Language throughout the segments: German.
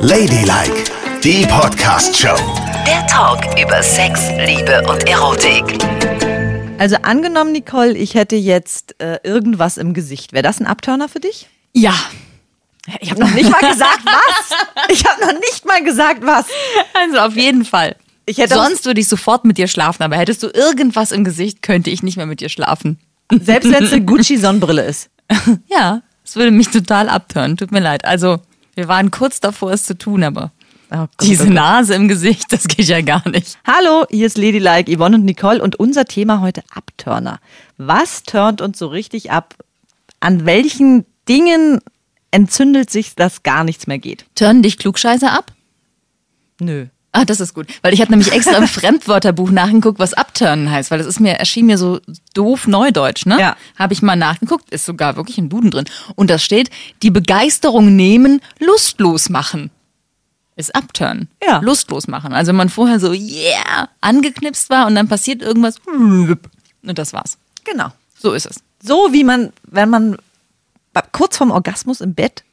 Ladylike, die Podcast-Show. Der Talk über Sex, Liebe und Erotik. Also angenommen, Nicole, ich hätte jetzt äh, irgendwas im Gesicht. Wäre das ein Abturner für dich? Ja. Ich habe noch nicht mal gesagt, was. Ich habe noch nicht mal gesagt, was. Also auf jeden Fall. Ich hätte Sonst würde ich sofort mit dir schlafen, aber hättest du irgendwas im Gesicht, könnte ich nicht mehr mit dir schlafen. Selbst wenn es eine Gucci-Sonnenbrille ist. Oh Ja, es würde mich total abtören. Tut mir leid. Also, wir waren kurz davor, es zu tun, aber Oh Gott, diese Nase im Gesicht, das geht ja gar nicht. Hallo, hier ist Ladylike, Yvonne und Nicole und unser Thema heute Abturner. Was turnt uns so richtig ab? An welchen Dingen entzündet sich, dass gar nichts mehr geht? Turn dich Klugscheißer ab? Nö. Ah, das ist gut. Weil ich habe nämlich extra im Fremdwörterbuch nachgeguckt, was Abturnen heißt, weil das ist mir, erschien mir so doof Neudeutsch, ne? Ja. Habe ich mal nachgeguckt, ist sogar wirklich im Duden drin. Und da steht, die Begeisterung nehmen, lustlos machen. Ist Abturnen. Ja. Lustlos machen. Also wenn man vorher so, yeah, angeknipst war und dann passiert irgendwas. Und das war's. Genau. So ist es. So wie man, wenn man ba- kurz vorm Orgasmus im Bett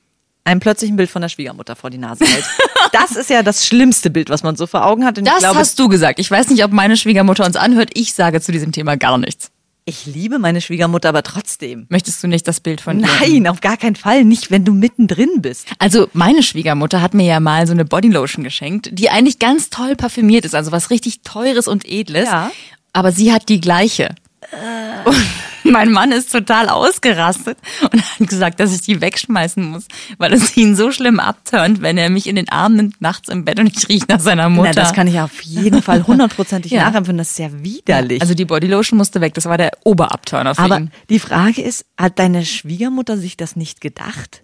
einem plötzlich ein Bild von der Schwiegermutter vor die Nase hält. Das ist ja das schlimmste Bild, was man so vor Augen hat. Und Das ich glaube, hast du gesagt. Ich weiß nicht, ob meine Schwiegermutter uns anhört. Ich sage zu diesem Thema gar nichts. ich liebe meine Schwiegermutter, aber trotzdem. Möchtest du nicht das Bild von ihr? Nein, auf gar keinen Fall. Nicht, wenn du mittendrin bist. Also meine Schwiegermutter hat mir ja mal so eine Bodylotion geschenkt, die eigentlich ganz toll parfümiert ist, also was richtig teures und edles. Ja. Äh. Aber sie hat die gleiche. Und mein Mann ist total ausgerastet und hat gesagt, dass ich die wegschmeißen muss, weil es ihn so schlimm abturnt, wenn er mich in den Arm nimmt nachts im Bett und ich rieche nach seiner Mutter. Na, das kann ich auf jeden Fall hundertprozentig Ja. nachempfinden. Das ist ja widerlich. also die Bodylotion musste weg, das war der Oberabturner für aber ihn. die Frage ist, hat deine Schwiegermutter sich das nicht gedacht?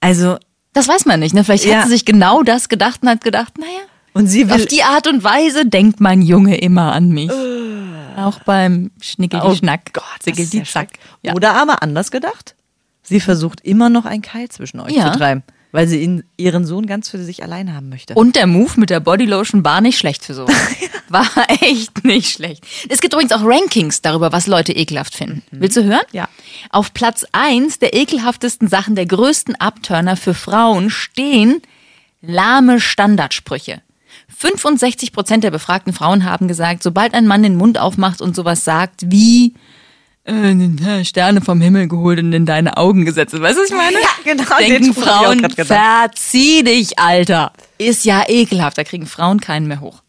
Also, Das weiß man nicht, ne? Vielleicht Ja. hat sie sich genau das gedacht und hat gedacht, naja, und sie will Auf die Art und Weise denkt mein Junge immer an mich. Auch beim Schnickel-Schnack. Oh Äh. Das ist ja Zack. schrecklich. Ja. Oder aber anders gedacht, sie versucht immer noch einen Keil zwischen euch Ja. zu treiben, weil sie ihn, ihren Sohn ganz für sich allein haben möchte. Und der Move mit der Bodylotion war nicht schlecht für sowas. War echt nicht schlecht. Es gibt übrigens auch Rankings darüber, was Leute ekelhaft finden. Willst du hören? Mhm. Ja. Auf Platz 1 der ekelhaftesten Sachen, der größten Abturner für Frauen stehen lahme Standardsprüche. 65 Prozent der befragten Frauen haben gesagt, sobald ein Mann den Mund aufmacht und sowas sagt wie äh, Sterne vom Himmel geholt und in deine Augen gesetzt. Weißt du, was ich meine? Ja, genau, den Denken Spruch hab ich auch Frauen, grad gesagt. verzieh dich, Alter. Ist ja ekelhaft. Da kriegen Frauen keinen mehr hoch.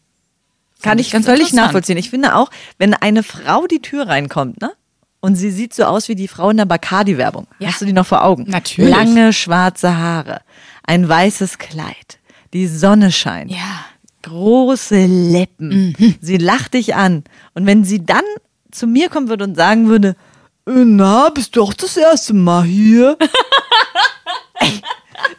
Kann Fand ich ich ganz völlig interessant. nachvollziehen. Ich finde auch, wenn eine Frau die Tür reinkommt, ne? Und sie sieht so aus wie die Frau in der Bacardi-Werbung. Ja. Hast du die noch vor Augen? Natürlich. Lange schwarze Haare, ein weißes Kleid, die Sonne scheint. Ja. große Lippen. Sie lacht dich an. Und wenn sie dann zu mir kommen würde und sagen würde, "Äh, na, bist du auch das erste Mal hier? Ey,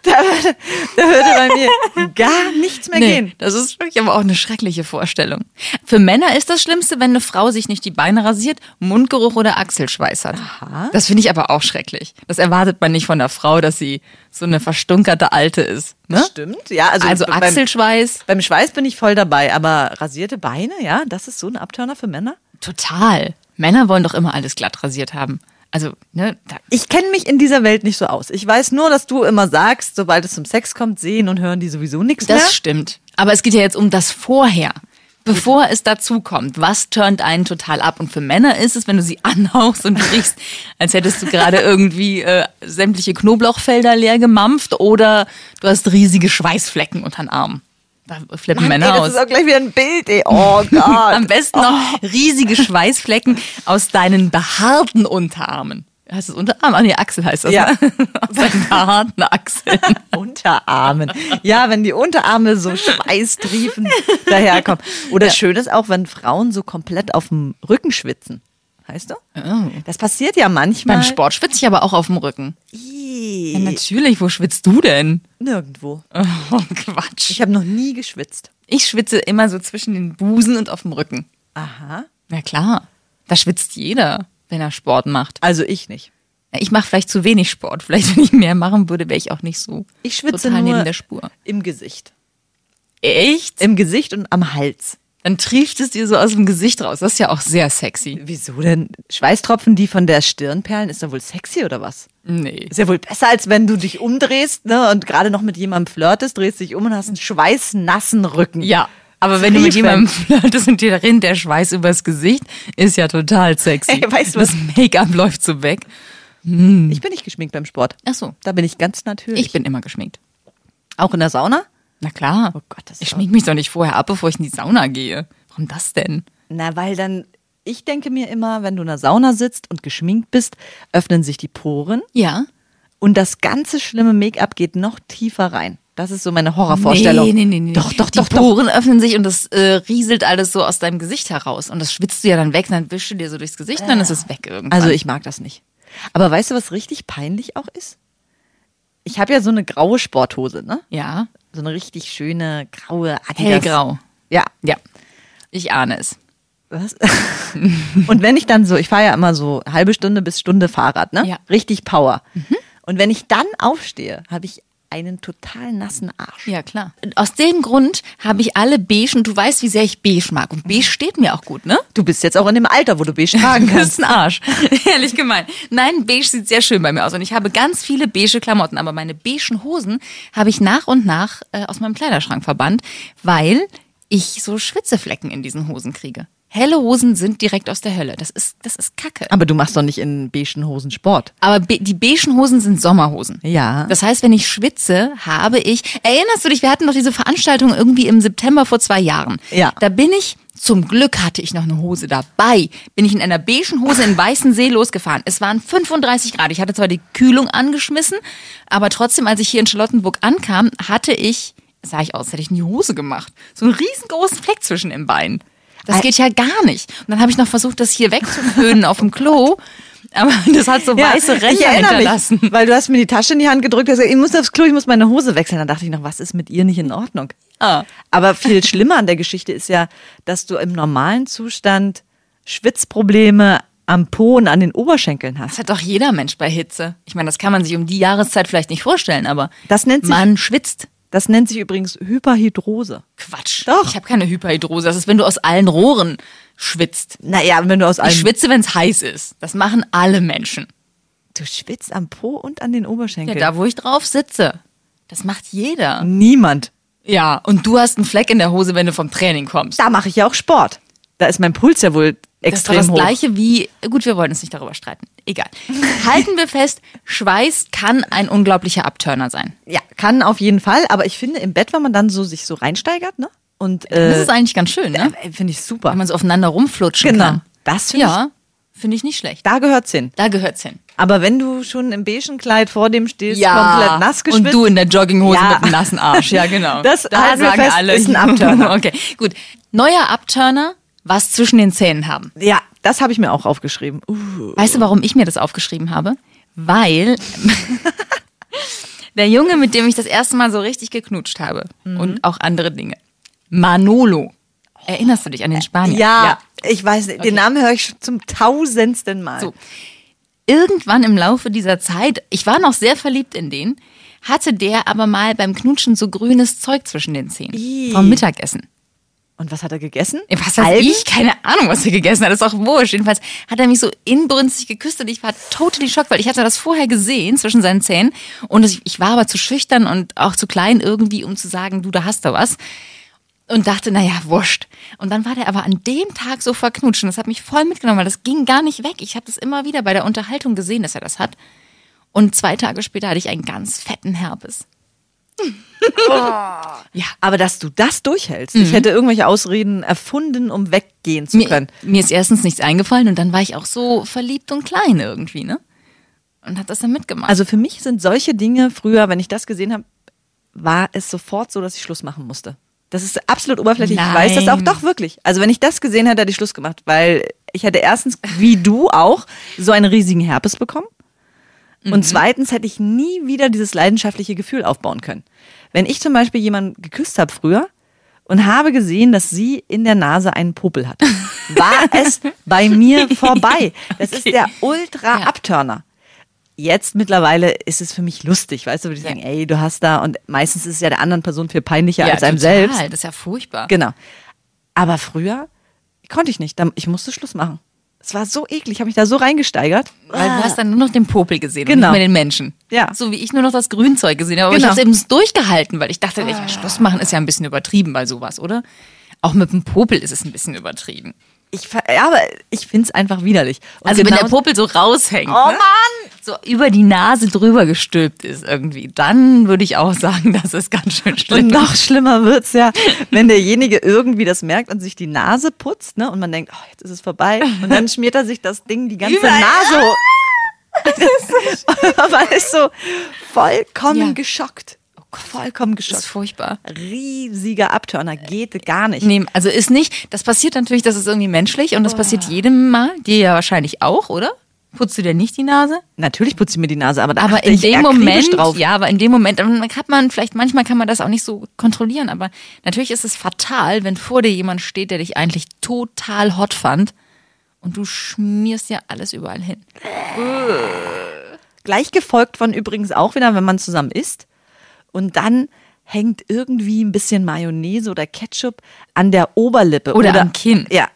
da, würde, da würde bei mir gar nichts mehr Nee, gehen. das ist wirklich aber auch eine schreckliche Vorstellung. Für Männer ist das Schlimmste, wenn eine Frau sich nicht die Beine rasiert, Mundgeruch oder Achselschweiß hat. Das finde ich aber auch schrecklich. Das erwartet man nicht von der Frau, dass sie so eine verstunkerte Alte ist. Ne? Stimmt, ja. Also, Also beim, Achselschweiß, beim Schweiß bin ich voll dabei, aber rasierte Beine, ja, das ist so ein Abturner für Männer. total. Männer wollen doch immer alles glatt rasiert haben. Also, ne, da, Ich kenne mich in dieser Welt nicht so aus. Ich weiß nur, dass du immer sagst, sobald es zum Sex kommt, sehen und hören die sowieso nichts Das mehr. stimmt. Aber es geht ja jetzt um das Vorher. Bevor es dazu kommt, was turnt einen total ab? Und für Männer ist es, wenn du sie anhauchst und du riechst, als hättest du gerade irgendwie äh, sämtliche Knoblauchfelder leer gemampft oder du hast riesige Schweißflecken unter den Armen. Da flippen Mann, ey, Männer das aus. ist auch Oh. gleich wieder ein Bild, ey. Oh Gott. Am besten noch riesige Schweißflecken aus deinen behaarten Unterarmen. Heißt das Unterarm? Ah, nee, Achsel heißt das. Ja. Ne? Aus deinen behaarten Achseln. Unterarmen. Ja, wenn die Unterarme so schweißtriefend daherkommen. Oder schön ist auch, wenn Frauen so komplett auf dem Rücken schwitzen. Heißt du? Das passiert ja manchmal. Beim Sport schwitze ich aber auch auf dem Rücken. Ja, Ih, natürlich, wo schwitzt du denn? Nirgendwo. Oh, Quatsch. Ich habe noch nie geschwitzt. Ich schwitze immer so zwischen den Busen und auf dem Rücken. Aha. Na klar, da schwitzt jeder, wenn er Sport macht. Also ich nicht. Ja, Ich mache vielleicht zu wenig Sport. Vielleicht, wenn ich mehr machen würde, wäre ich auch nicht so Ich schwitze total nur neben der Spur. im Gesicht. Echt? Im Gesicht und am Hals. Dann trieft es dir so aus dem Gesicht raus. Das ist ja auch sehr sexy. Wieso denn? Schweißtropfen, die von der Stirn perlen, ist doch wohl sexy oder was? Nee. Ist ja wohl besser, als wenn du dich umdrehst ne, und gerade noch mit jemandem flirtest, drehst dich um und hast einen schweißnassen Rücken. Ja. Aber wenn du mit Triefend. jemandem flirtest und dir rinnt der Schweiß übers Gesicht, ist ja total sexy. Ey, weißt du was? das Make-up läuft so weg. Ich bin nicht geschminkt beim Sport. Ach so. Da bin ich ganz natürlich. Ich bin immer geschminkt. auch in der Sauna? Na klar. Oh Gott, das ist ich auch- schmink mich doch nicht vorher ab, bevor ich in die Sauna gehe. Warum das denn? Na, weil dann, ich denke mir immer, wenn du in der Sauna sitzt und geschminkt bist, öffnen sich die Poren Ja. und das ganze schlimme Make-up geht noch tiefer rein. Das ist so meine Horrorvorstellung. Nee, nee, nee, nee. Doch, doch, die doch, doch. Poren öffnen sich und das äh, rieselt alles so aus deinem Gesicht heraus. Und das schwitzt du ja dann weg, dann wischst du dir so durchs Gesicht und dann ist es weg irgendwann. Also ich mag das nicht. Aber weißt du, was richtig peinlich auch ist? Ich habe ja so eine graue Sporthose, ne? ja. So eine richtig schöne graue Adidas. Hellgrau. Ja. Ja. Ich ahne es. Was? und wenn ich dann so, ich fahre ja immer so halbe Stunde bis Stunde Fahrrad, ne? Ja. Mhm. Richtig Power. Und wenn ich dann aufstehe, habe ich einen total nassen Arsch. Ja, klar. Und aus dem Grund habe ich alle beige und du weißt, wie sehr ich beige mag. Und beige steht mir auch gut, ne? Du bist jetzt auch in dem Alter, wo du beige tragen Das kannst. ist ein Arsch. Ehrlich gemeint. Nein, beige sieht sehr schön bei mir aus. Und ich habe ganz viele beige Klamotten. Aber meine beigen Hosen habe ich nach und nach äh, aus meinem Kleiderschrank verbannt, weil ich so Schwitzeflecken in diesen Hosen kriege. Helle Hosen sind direkt aus der Hölle. Das ist, das ist Kacke. Aber du machst doch nicht in beigen Hosen Sport. Aber be die beigen Hosen sind Sommerhosen. Ja. Das heißt, wenn ich schwitze, habe ich. Erinnerst du dich, wir hatten doch diese Veranstaltung irgendwie im September vor zwei Jahren. Ja. Da bin ich, zum Glück hatte ich noch eine Hose dabei, bin ich in einer beigen Hose in Weißensee losgefahren. Es waren 35 Grad. Ich hatte zwar die Kühlung angeschmissen, aber trotzdem, als ich hier in Charlottenburg ankam, hatte ich, sah ich aus, als hätte ich in die Hose gemacht. So einen riesengroßen Fleck zwischen den Beinen. Das Ei. geht ja gar nicht. Und dann habe ich noch versucht, das hier wegzuhöhnen auf dem Klo. Aber das hat so weiße ich Ränder erinnere hinterlassen. Mich, weil du hast mir die Tasche in die Hand gedrückt, hast gesagt, ich muss aufs Klo, ich muss meine Hose wechseln. Dann dachte ich noch, was ist mit ihr nicht in Ordnung? Ah. Aber viel schlimmer an der Geschichte ist ja, dass du im normalen Zustand Schwitzprobleme am Po und an den Oberschenkeln hast. Das hat doch jeder Mensch bei Hitze. Ich meine, das kann man sich um die Jahreszeit vielleicht nicht vorstellen, aber Das nennt sich- man schwitzt. Das nennt sich übrigens Hyperhidrose. Quatsch. Doch. Ich habe keine Hyperhidrose. Das ist, wenn du aus allen Rohren schwitzt. Naja, wenn du aus Ich allem... schwitze, wenn es heiß ist. Das machen alle Menschen. Du schwitzt am Po und an den Ja, Oberschenkeln. da, wo ich drauf sitze. Das macht jeder. Niemand. Ja, und du hast einen Fleck in der Hose, wenn du vom Training kommst. Da mache ich ja auch Sport. Da ist mein Puls ja wohl Das ist doch extrem das hoch. Gleiche wie, gut, wir wollen uns nicht darüber streiten. Egal. Halten wir fest, Schweiß kann ein unglaublicher Abturner sein. Ja, kann auf jeden Fall. Aber ich finde, im Bett, wenn man dann so sich so reinsteigert, ne? Und äh, Das ist eigentlich ganz schön, ne? äh, finde ich super. Wenn man so aufeinander rumflutschen Genau. kann. Das finde Ja, finde ich nicht schlecht. Da gehört's hin. Da gehört's hin. Aber wenn du schon im beigen Kleid vor dem stehst, komplett nass geschwitzt. und du in der Jogginghose Ja. mit einem nassen Arsch. Ja, genau. Das halten wir fest, ist ein Abturner. okay, gut. Neuer Abturner, was zwischen den Zähnen haben. ja, das habe ich mir auch aufgeschrieben. Uh. Weißt du, warum ich mir das aufgeschrieben habe? Weil der Junge, mit dem ich das erste Mal so richtig geknutscht habe Mhm. und auch andere Dinge. Manolo. Erinnerst du dich an den Spanier? Ja, ich weiß nicht, den Namen höre ich schon zum tausendsten Mal. So. irgendwann im Laufe dieser Zeit, ich war noch sehr verliebt in den, hatte der aber mal beim Knutschen so grünes Zeug zwischen den Zähnen. Ih. Vom Mittagessen. Und was hat er gegessen? Ey, Äh, Was weiß Algen? ich? Keine Ahnung, was er gegessen hat. Ist auch wurscht. Jedenfalls hat er mich so inbrünstig geküsst und ich war totally schockt, weil ich hatte das vorher gesehen zwischen seinen Zähnen und ich, ich war aber zu schüchtern und auch zu klein irgendwie, um zu sagen, du, da hast du was. Und dachte, naja, wurscht. Und dann war der aber an dem Tag so verknutscht und das hat mich voll mitgenommen, weil das ging gar nicht weg. Ich habe das immer wieder bei der Unterhaltung gesehen, dass er das hat. Und zwei Tage später hatte ich einen ganz fetten Herpes. ja, Aber dass du das durchhältst. Ich hätte irgendwelche Ausreden erfunden, um weggehen zu mir, können. mir ist erstens nichts eingefallen und dann war ich auch so verliebt und klein irgendwie, ne? Und hat das dann mitgemacht. Also für mich sind solche Dinge früher, wenn ich das gesehen habe, war es sofort so, dass ich Schluss machen musste. Das ist absolut oberflächlich. Ich weiß das auch Nein. doch wirklich. Also wenn ich das gesehen hätte, hätte ich Schluss gemacht, weil ich hätte erstens, wie du auch, so einen riesigen Herpes bekommen. Mhm. Und zweitens hätte ich nie wieder dieses leidenschaftliche Gefühl aufbauen können. Wenn ich zum Beispiel jemanden geküsst habe früher und habe gesehen, dass sie in der Nase einen Popel hat, war es bei mir vorbei. Das ist der Ultra-Abturner. Jetzt mittlerweile ist es für mich lustig, weißt du, würde ich sagen, ey, du hast da und meistens ist es ja der anderen Person viel peinlicher als einem total. selbst. Das ist ja furchtbar. Genau. Aber früher konnte ich nicht. Da- Ich musste Schluss machen. Es war so eklig. Ich habe mich da so reingesteigert. Weil du hast dann nur noch den Popel gesehen und Genau. nicht mehr den Menschen. Ja. So wie ich nur noch das Grünzeug gesehen habe. Aber Genau. Ah. ich habe es eben durchgehalten, weil ich dachte, ja, Schluss machen ist ja ein bisschen übertrieben bei sowas, oder? Auch mit dem Popel ist es ein bisschen übertrieben. Ich, ver- ja, aber ich finde es einfach widerlich. Und also genau- wenn der Popel so raushängt, Oh ne? Mann! so über die Nase drüber gestülpt ist irgendwie, dann würde ich auch sagen, das ist ganz schön schlimm. Und noch schlimmer wird's ja, wenn derjenige irgendwie das merkt und sich die Nase putzt, ne? Und man denkt, oh, jetzt ist es vorbei. Und dann schmiert er sich das Ding die ganze Überall. Nase hoch. Man ist so vollkommen Ja. Oh geschockt. Vollkommen das ist geschockt. furchtbar. Riesiger Abtörner geht gar nicht. Nee, also ist nicht, das passiert natürlich, das ist irgendwie menschlich und das passiert jedem mal, dir ja wahrscheinlich auch, oder? Putzt du dir nicht die Nase? Natürlich putzt sie mir die Nase, aber da Aber achte in ich eher dem akribisch Moment, drauf. ja, aber in dem Moment ähm, hat man vielleicht, manchmal kann man das auch nicht so kontrollieren, aber natürlich ist es fatal, wenn vor dir jemand steht, der dich eigentlich total hot fand und du schmierst ja alles überall hin. Gleich gefolgt von übrigens auch wieder, wenn man zusammen isst. Und dann hängt irgendwie ein bisschen Mayonnaise oder Ketchup an der Oberlippe. Oder am Kinn. Ja.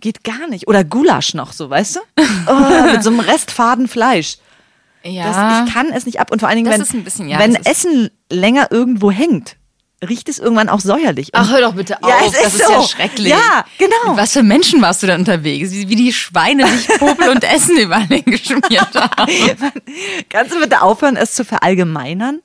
Geht gar nicht. Oder Gulasch noch, so, weißt du? Oh, mit so einem Restfaden Fleisch. Ja. Das, ich kann es nicht ab. Und vor allen Dingen, Das wenn, ist ein bisschen, ja, wenn das ist- Essen länger irgendwo hängt, riecht es irgendwann auch säuerlich. Und Ach, hör doch bitte auf, Ja, es das ist ist, ja so. schrecklich. Ja, genau. Mit was für Menschen warst du da unterwegs? Wie, wie die Schweine sich Popel und Essen überall hingeschmiert haben. Kannst du bitte aufhören, es zu verallgemeinern?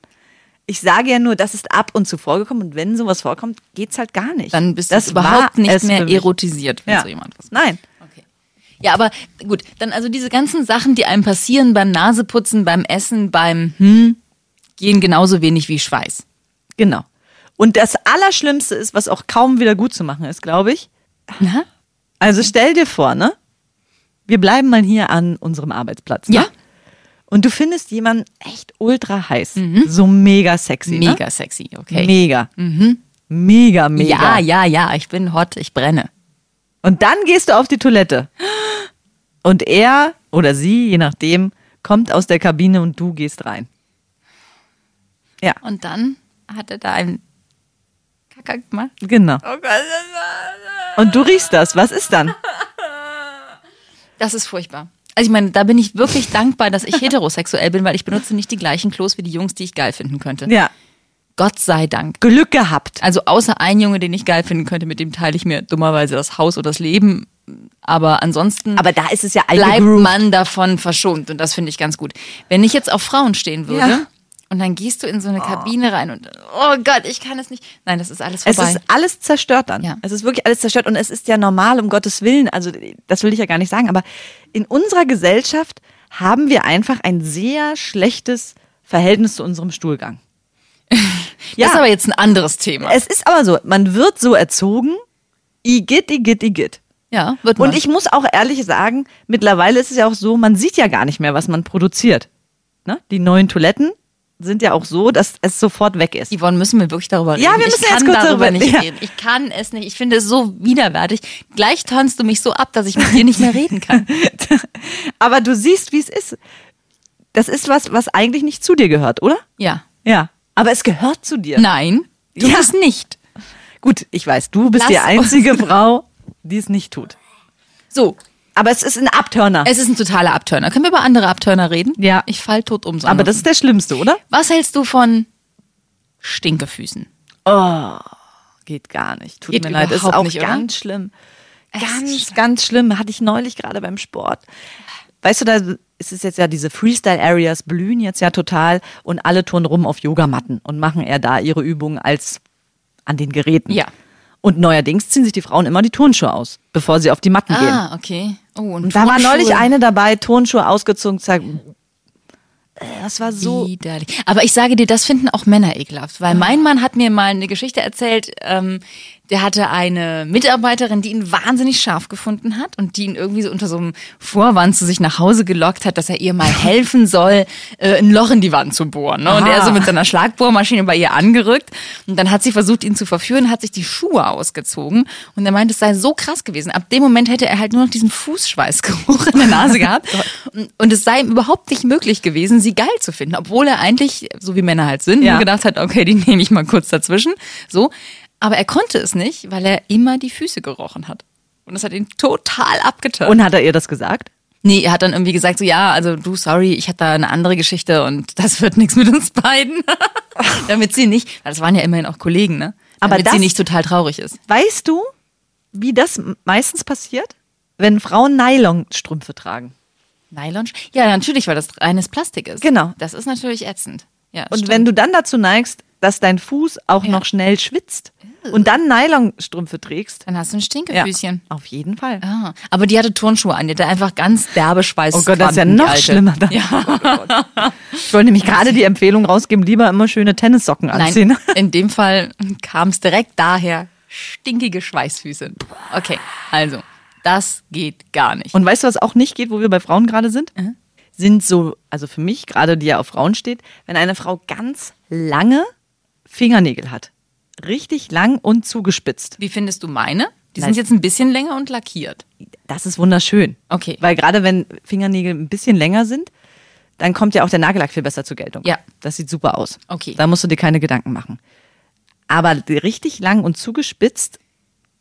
Ich sage ja nur, das ist ab und zu vorgekommen und wenn sowas vorkommt, geht's halt gar nicht. Dann bist das du war überhaupt es nicht für mehr mich. erotisiert, wenn Ja. so jemand was Nein. Okay. Ja, aber gut, dann also diese ganzen Sachen, die einem passieren beim Naseputzen, beim Essen, beim Hm, gehen genauso wenig wie Schweiß. Genau. Und das Allerschlimmste ist, was auch kaum wieder gut zu machen ist, glaube ich. Na? Also stell dir vor, ne? Wir bleiben mal hier an unserem Arbeitsplatz. Ne? Ja. Und du findest jemanden echt ultra heiß. So mega sexy. Mhm. Mega sexy, Ne? okay. Mhm. Mega. Mega, mega. Ja, ja, ja, ich bin hot, ich brenne. Und dann gehst du auf die Toilette. Und er oder sie, je nachdem, kommt aus der Kabine und du gehst rein. Ja, Und dann hat er da einen Kacker gemacht. genau. Und du riechst das. Was ist dann? Das ist furchtbar. Also ich meine, da bin ich wirklich dankbar, dass ich heterosexuell bin, weil ich benutze nicht die gleichen Klos wie die Jungs, die ich geil finden könnte. Ja, Gott sei Dank. Glück gehabt. Also außer ein Junge, den ich geil finden könnte, mit dem teile ich mir dummerweise das Haus oder das Leben. Aber ansonsten Aber da ist es ja bleibt eingegroovt. man davon verschont und das finde ich ganz gut. Wenn ich jetzt auf Frauen stehen würde Ja. und dann gehst du in so eine Kabine rein und oh Gott, ich kann es nicht. Nein, das ist alles Es vorbei. ist alles zerstört dann. Ja. Es ist wirklich alles zerstört und es ist ja normal, um Gottes Willen. Also, das will ich ja gar nicht sagen. Aber in unserer Gesellschaft haben wir einfach ein sehr schlechtes Verhältnis zu unserem Stuhlgang. ja. Das ist aber jetzt ein anderes Thema. Es ist aber so, man wird so erzogen, igitt, igitt, igitt. ja, wird man. Und ich muss auch ehrlich sagen, mittlerweile ist es ja auch so, man sieht ja gar nicht mehr, was man produziert. Ne? Die neuen Toiletten sind ja auch so, dass es sofort weg ist. Yvonne, müssen wir wirklich darüber reden? Ja, wir müssen jetzt ich kann kurz darüber darüber- nicht ja. reden. Ich kann es nicht. Ich finde es so widerwärtig. Gleich tanzt du mich so ab, dass ich mit dir nicht mehr reden kann. Aber du siehst, wie es ist. Das ist was, was eigentlich nicht zu dir gehört, oder? Ja. Ja. Aber es gehört zu dir. Nein, du Ja. bist nicht. Gut, ich weiß, du bist Lass die einzige Frau, die es nicht tut. So, Aber es ist ein Abtörner. es ist ein totaler Abturner. Können wir über andere Abturner reden? Ja. Ich fall tot um. so Aber anders. das ist der schlimmste, oder? Was hältst du von Stinkefüßen? Geht gar nicht. Tut Geht mir leid, ist überhaupt auch nicht, oder? ganz schlimm. ist Ganz, ganz schlimm. Hatte ich neulich gerade beim Sport. Weißt du, da ist es jetzt ja diese Freestyle-Areas blühen jetzt ja total und alle turnen rum auf Yogamatten und machen eher da ihre Übungen als an den Geräten. Ja. Und neuerdings ziehen sich die Frauen immer die Turnschuhe aus, bevor sie auf die Matten gehen. Ah, okay. Oh, und Und da war Turnschuhe. neulich eine dabei, Turnschuhe ausgezogen, sagt, äh, das war so Widerlich. Aber ich sage dir, das finden auch Männer ekelhaft, weil mein Mann hat mir mal eine Geschichte erzählt. Ähm, der hatte eine Mitarbeiterin, die ihn wahnsinnig scharf gefunden hat und die ihn irgendwie so unter so einem Vorwand zu sich nach Hause gelockt hat, dass er ihr mal helfen soll, äh, ein Loch in die Wand zu bohren. Ne? Und er so mit seiner Schlagbohrmaschine bei ihr angerückt. Und dann hat sie versucht, ihn zu verführen, hat sich die Schuhe ausgezogen. Und er meinte, es sei so krass gewesen. Ab dem Moment hätte er halt nur noch diesen Fußschweißgeruch in der Nase gehabt. und, und es sei ihm überhaupt nicht möglich gewesen, sie geil zu finden. Obwohl er eigentlich, so wie Männer halt sind, Ja. nur gedacht hat, okay, die nehme ich mal kurz dazwischen. So. Aber er konnte es nicht, weil er immer die Füße gerochen hat. Und das hat ihn total abgetan. Und hat er ihr das gesagt? Nee, er hat dann irgendwie gesagt, so ja, also du, sorry, ich hatte da eine andere Geschichte und das wird nichts mit uns beiden. Damit sie nicht, weil das waren ja immerhin auch Kollegen, ne? Aber Damit das- sie nicht total traurig ist. Weißt du, wie das m- meistens passiert? Wenn Frauen Nylonstrümpfe tragen. Nylon? Ja, natürlich, weil das reines Plastik ist. Genau. Das ist natürlich ätzend. Ja, Und wenn du dann dazu neigst, dass dein Fuß auch Ja. noch schnell schwitzt und dann Nylonstrümpfe trägst, Dann hast du ein Stinkefüßchen. auf jeden Fall. Ah, aber die hatte Turnschuhe an, die hatte einfach ganz derbe Schweiß. Oh Gott, das ist ja Quanten, die noch Alte. schlimmer. Dann. Oh Ja. Ich wollte nämlich gerade die Empfehlung rausgeben, lieber immer schöne Tennissocken anziehen. Nein, in dem Fall kam es direkt daher. Stinkige Schweißfüße. Okay, also, das geht gar nicht. Und weißt du, was auch nicht geht, wo wir bei Frauen gerade sind? Äh? Sind so, also für mich gerade, die ja auf Frauen steht, wenn eine Frau ganz lange Fingernägel hat. Richtig lang und zugespitzt. Wie findest du meine? Die Nein. sind jetzt ein bisschen länger und lackiert. Das ist wunderschön. Okay. Weil gerade wenn Fingernägel ein bisschen länger sind, dann kommt ja auch der Nagellack viel besser zur Geltung. Ja. Das sieht super aus. Okay. Da musst du dir keine Gedanken machen. Aber die richtig lang und zugespitzt,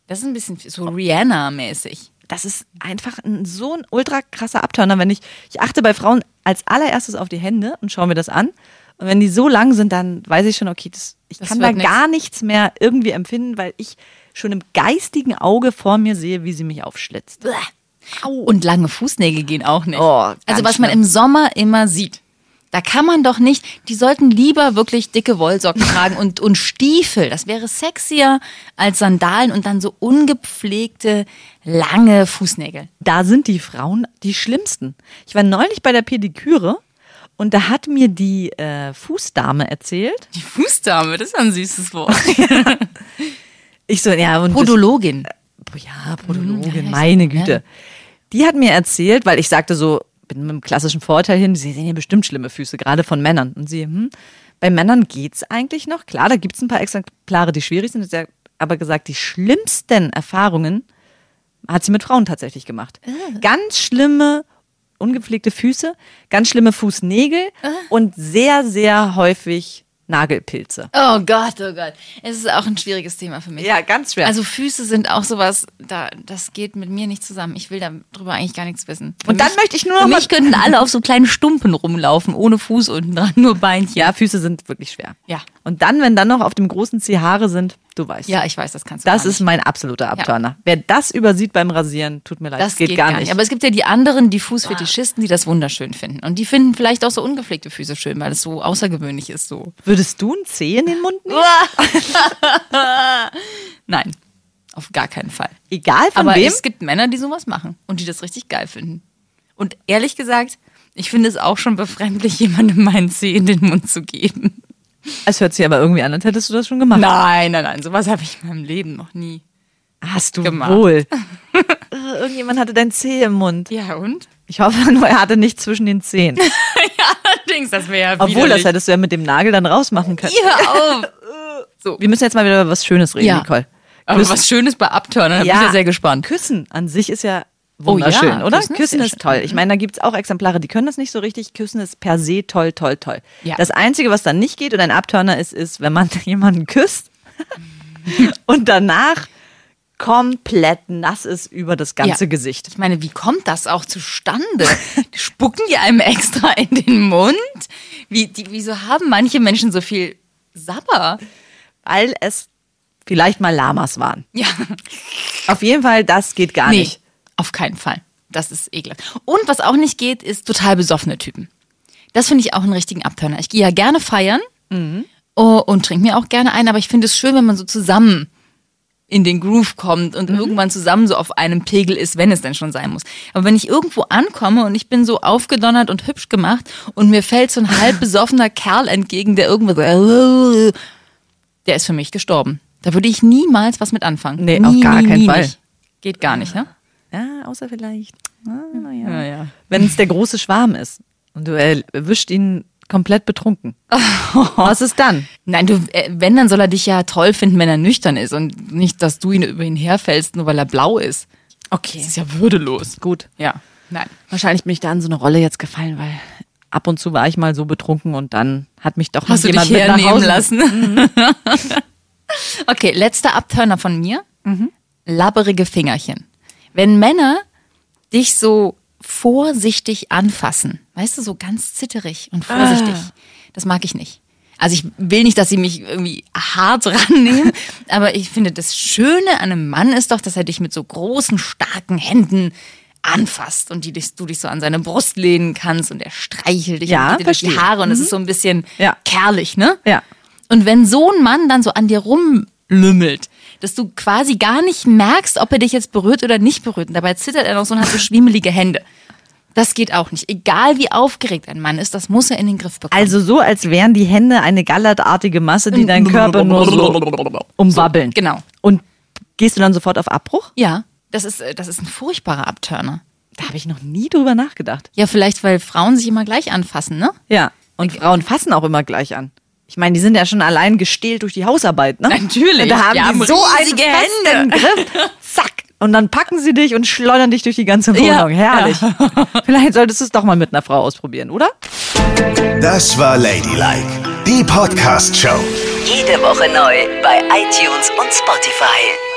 Das ist ein bisschen so Rihanna-mäßig. das ist einfach ein, so ein ultra krasser Abturner, wenn ich, ich achte bei Frauen als allererstes auf die Hände und schaue mir das an. Und wenn die so lang sind, dann weiß ich schon, okay, das, ich Das kann wird da nix. gar nichts mehr irgendwie empfinden, weil ich schon im geistigen Auge vor mir sehe, wie sie mich aufschlitzt. Und lange Fußnägel gehen auch nicht. Oh, ganz also was man schlimm. im Sommer immer sieht. Da kann man doch nicht, die sollten lieber wirklich dicke Wollsocken tragen und, und Stiefel. Das wäre sexier als Sandalen und dann so ungepflegte, lange Fußnägel. da sind die Frauen die schlimmsten. Ich war neulich bei der Pediküre und da hat mir die äh, Fußdame erzählt. Die Fußdame, das ist ein süßes Wort. Ich so, ja, und Podologin. das, Äh, ja, Podologin, Mhm, ja, ja, meine ja. Güte. Die hat mir erzählt, weil ich sagte so, bin mit dem klassischen Vorteil hin, sie sehen hier bestimmt schlimme Füße, gerade von Männern. Und sie, hm, bei Männern geht's eigentlich noch. Klar, da gibt's ein paar Exemplare, die schwierig sind. Sie hat aber gesagt, die schlimmsten Erfahrungen hat sie mit Frauen tatsächlich gemacht. Ah. Ganz schlimme, ungepflegte Füße, ganz schlimme Fußnägel Ah. und sehr, sehr häufig Nagelpilze. Oh Gott, oh Gott. Es ist auch ein schwieriges Thema für mich. Ja, ganz schwer. Also Füße sind auch sowas, da, das geht mit mir nicht zusammen. Ich will darüber eigentlich gar nichts wissen. Für Und dann mich, möchte ich nur noch Für mal- mich könnten alle auf so kleinen Stumpen rumlaufen, ohne Fuß unten dran, nur Beinchen. Ja, Füße sind wirklich schwer. Ja. Und dann, wenn dann noch auf dem großen Zeh Haare sind, du weißt. Ja, ich weiß, das kannst du Das gar ist nicht. mein absoluter Abturner. Wer das übersieht beim Rasieren, tut mir leid, Das geht, gar, nicht. Aber es gibt ja die anderen, die Fußfetischisten, die das wunderschön finden. Und die finden vielleicht auch so ungepflegte Füße schön, weil es so außergewöhnlich ist. So. Würdest du einen Zeh in den Mund nehmen? Nein, auf gar keinen Fall. Egal von Aber wem. es gibt Männer, die sowas machen und die das richtig geil finden. Und ehrlich gesagt, ich finde es auch schon befremdlich, jemandem meinen Zeh in den Mund zu geben. Es hört sich aber irgendwie an, als hättest du das schon gemacht. Nein, nein, nein, sowas habe ich in meinem Leben noch nie. Hast du Gemacht. wohl. Äh, Irgendjemand hatte deinen Zeh im Mund. Ja, und? Ich hoffe nur, er hatte nicht zwischen den Zehen. Allerdings, das wäre ja Obwohl, das widerlich. hättest du ja mit dem Nagel dann rausmachen können. Hör auf. Wir müssen jetzt mal wieder über was Schönes reden, Ja. Nicole. Aber was Schönes bei Upturner, da bin ich ja sehr gespannt. Küssen an sich ist ja Oh ja, wunderschön, oder? Küssen Küssen, ist sehr ist schön. Mhm. toll. Ich meine, da gibt es auch Exemplare, die können das nicht so richtig. Küssen ist per se toll, toll, toll. Ja. Das Einzige, was dann nicht geht und ein Abturner ist, ist, wenn man jemanden küsst und danach komplett nass ist über das ganze Ja. Gesicht. Ich meine, wie kommt das auch zustande? Spucken die einem extra in den Mund? Wie, die, wieso haben manche Menschen so viel Sabber? Weil es vielleicht mal Lamas waren. Ja. Auf jeden Fall, das geht gar Nee, nicht. auf keinen Fall. Das ist ekelhaft. Und was auch nicht geht, ist total besoffene Typen. Das finde ich auch einen richtigen Abtörner. Ich gehe ja gerne feiern Mhm. oh, und trinke mir auch gerne ein, aber ich finde es schön, wenn man so zusammen in den Groove kommt Mhm. und irgendwann zusammen so auf einem Pegel ist, wenn es denn schon sein muss. Aber wenn ich irgendwo ankomme und ich bin so aufgedonnert und hübsch gemacht und mir fällt so ein halb besoffener Kerl entgegen, der irgendwo so, der ist für mich gestorben. Da würde ich niemals was mit anfangen. Nee, nie, auf gar nie, keinen nie Fall. Nicht. Geht gar nicht, ne? Ja, außer vielleicht. Ah, ja. Ja, ja. Wenn es der große Schwarm ist und du er- erwischt ihn komplett betrunken. Was ist dann? Nein, du, äh, wenn, dann soll er dich ja toll finden, wenn er nüchtern ist und nicht, dass du ihn über ihn herfällst, nur weil er blau ist. Okay. Das ist ja würdelos. Gut. Ja. Nein. Wahrscheinlich bin ich da in so eine Rolle jetzt gefallen, weil ab und zu war ich mal so betrunken und dann hat mich doch noch Hast du jemand dich mit nach hernehmen Hause lassen? Okay, letzter Abturner von mir. Mhm. Labberige Fingerchen. Wenn Männer dich so vorsichtig anfassen, weißt du, so ganz zitterig und vorsichtig, Ah. das mag ich nicht. Also ich will nicht, dass sie mich irgendwie hart rannehmen, aber ich finde, das Schöne an einem Mann ist doch, dass er dich mit so großen, starken Händen anfasst und die dich, du dich so an seine Brust lehnen kannst und er streichelt dich Ja, und geht dir durch die verstehe. Haare und es ist so ein bisschen Mhm. Ja. kerlich, ne? Ja. Und wenn so ein Mann dann so an dir rumlümmelt, dass du quasi gar nicht merkst, ob er dich jetzt berührt oder nicht berührt. Und dabei zittert er noch so und hat so schwiemelige Hände. Das geht auch nicht. Egal wie aufgeregt ein Mann ist, das muss er in den Griff bekommen. Also so, als wären die Hände eine gallertartige Masse, die deinen Körper nur so umwabbeln. genau. Und gehst du dann sofort auf Abbruch? Ja, das ist, äh, das ist ein furchtbarer Abturner. Da habe ich noch nie drüber nachgedacht. Ja, vielleicht, weil Frauen sich immer gleich anfassen, ne? Ja. Und Frauen fassen auch immer gleich an. Ich meine, die sind ja schon allein gestählt durch die Hausarbeit, ne? Natürlich. Und da haben Die die, haben so einige riesige Hände im Griff. Zack. Und dann packen sie dich und schleudern dich durch die ganze Ja. Wohnung. Herrlich. Vielleicht solltest du es doch mal mit einer Frau ausprobieren, oder? Das war Ladylike, die Podcast-Show. Jede Woche neu bei iTunes und Spotify.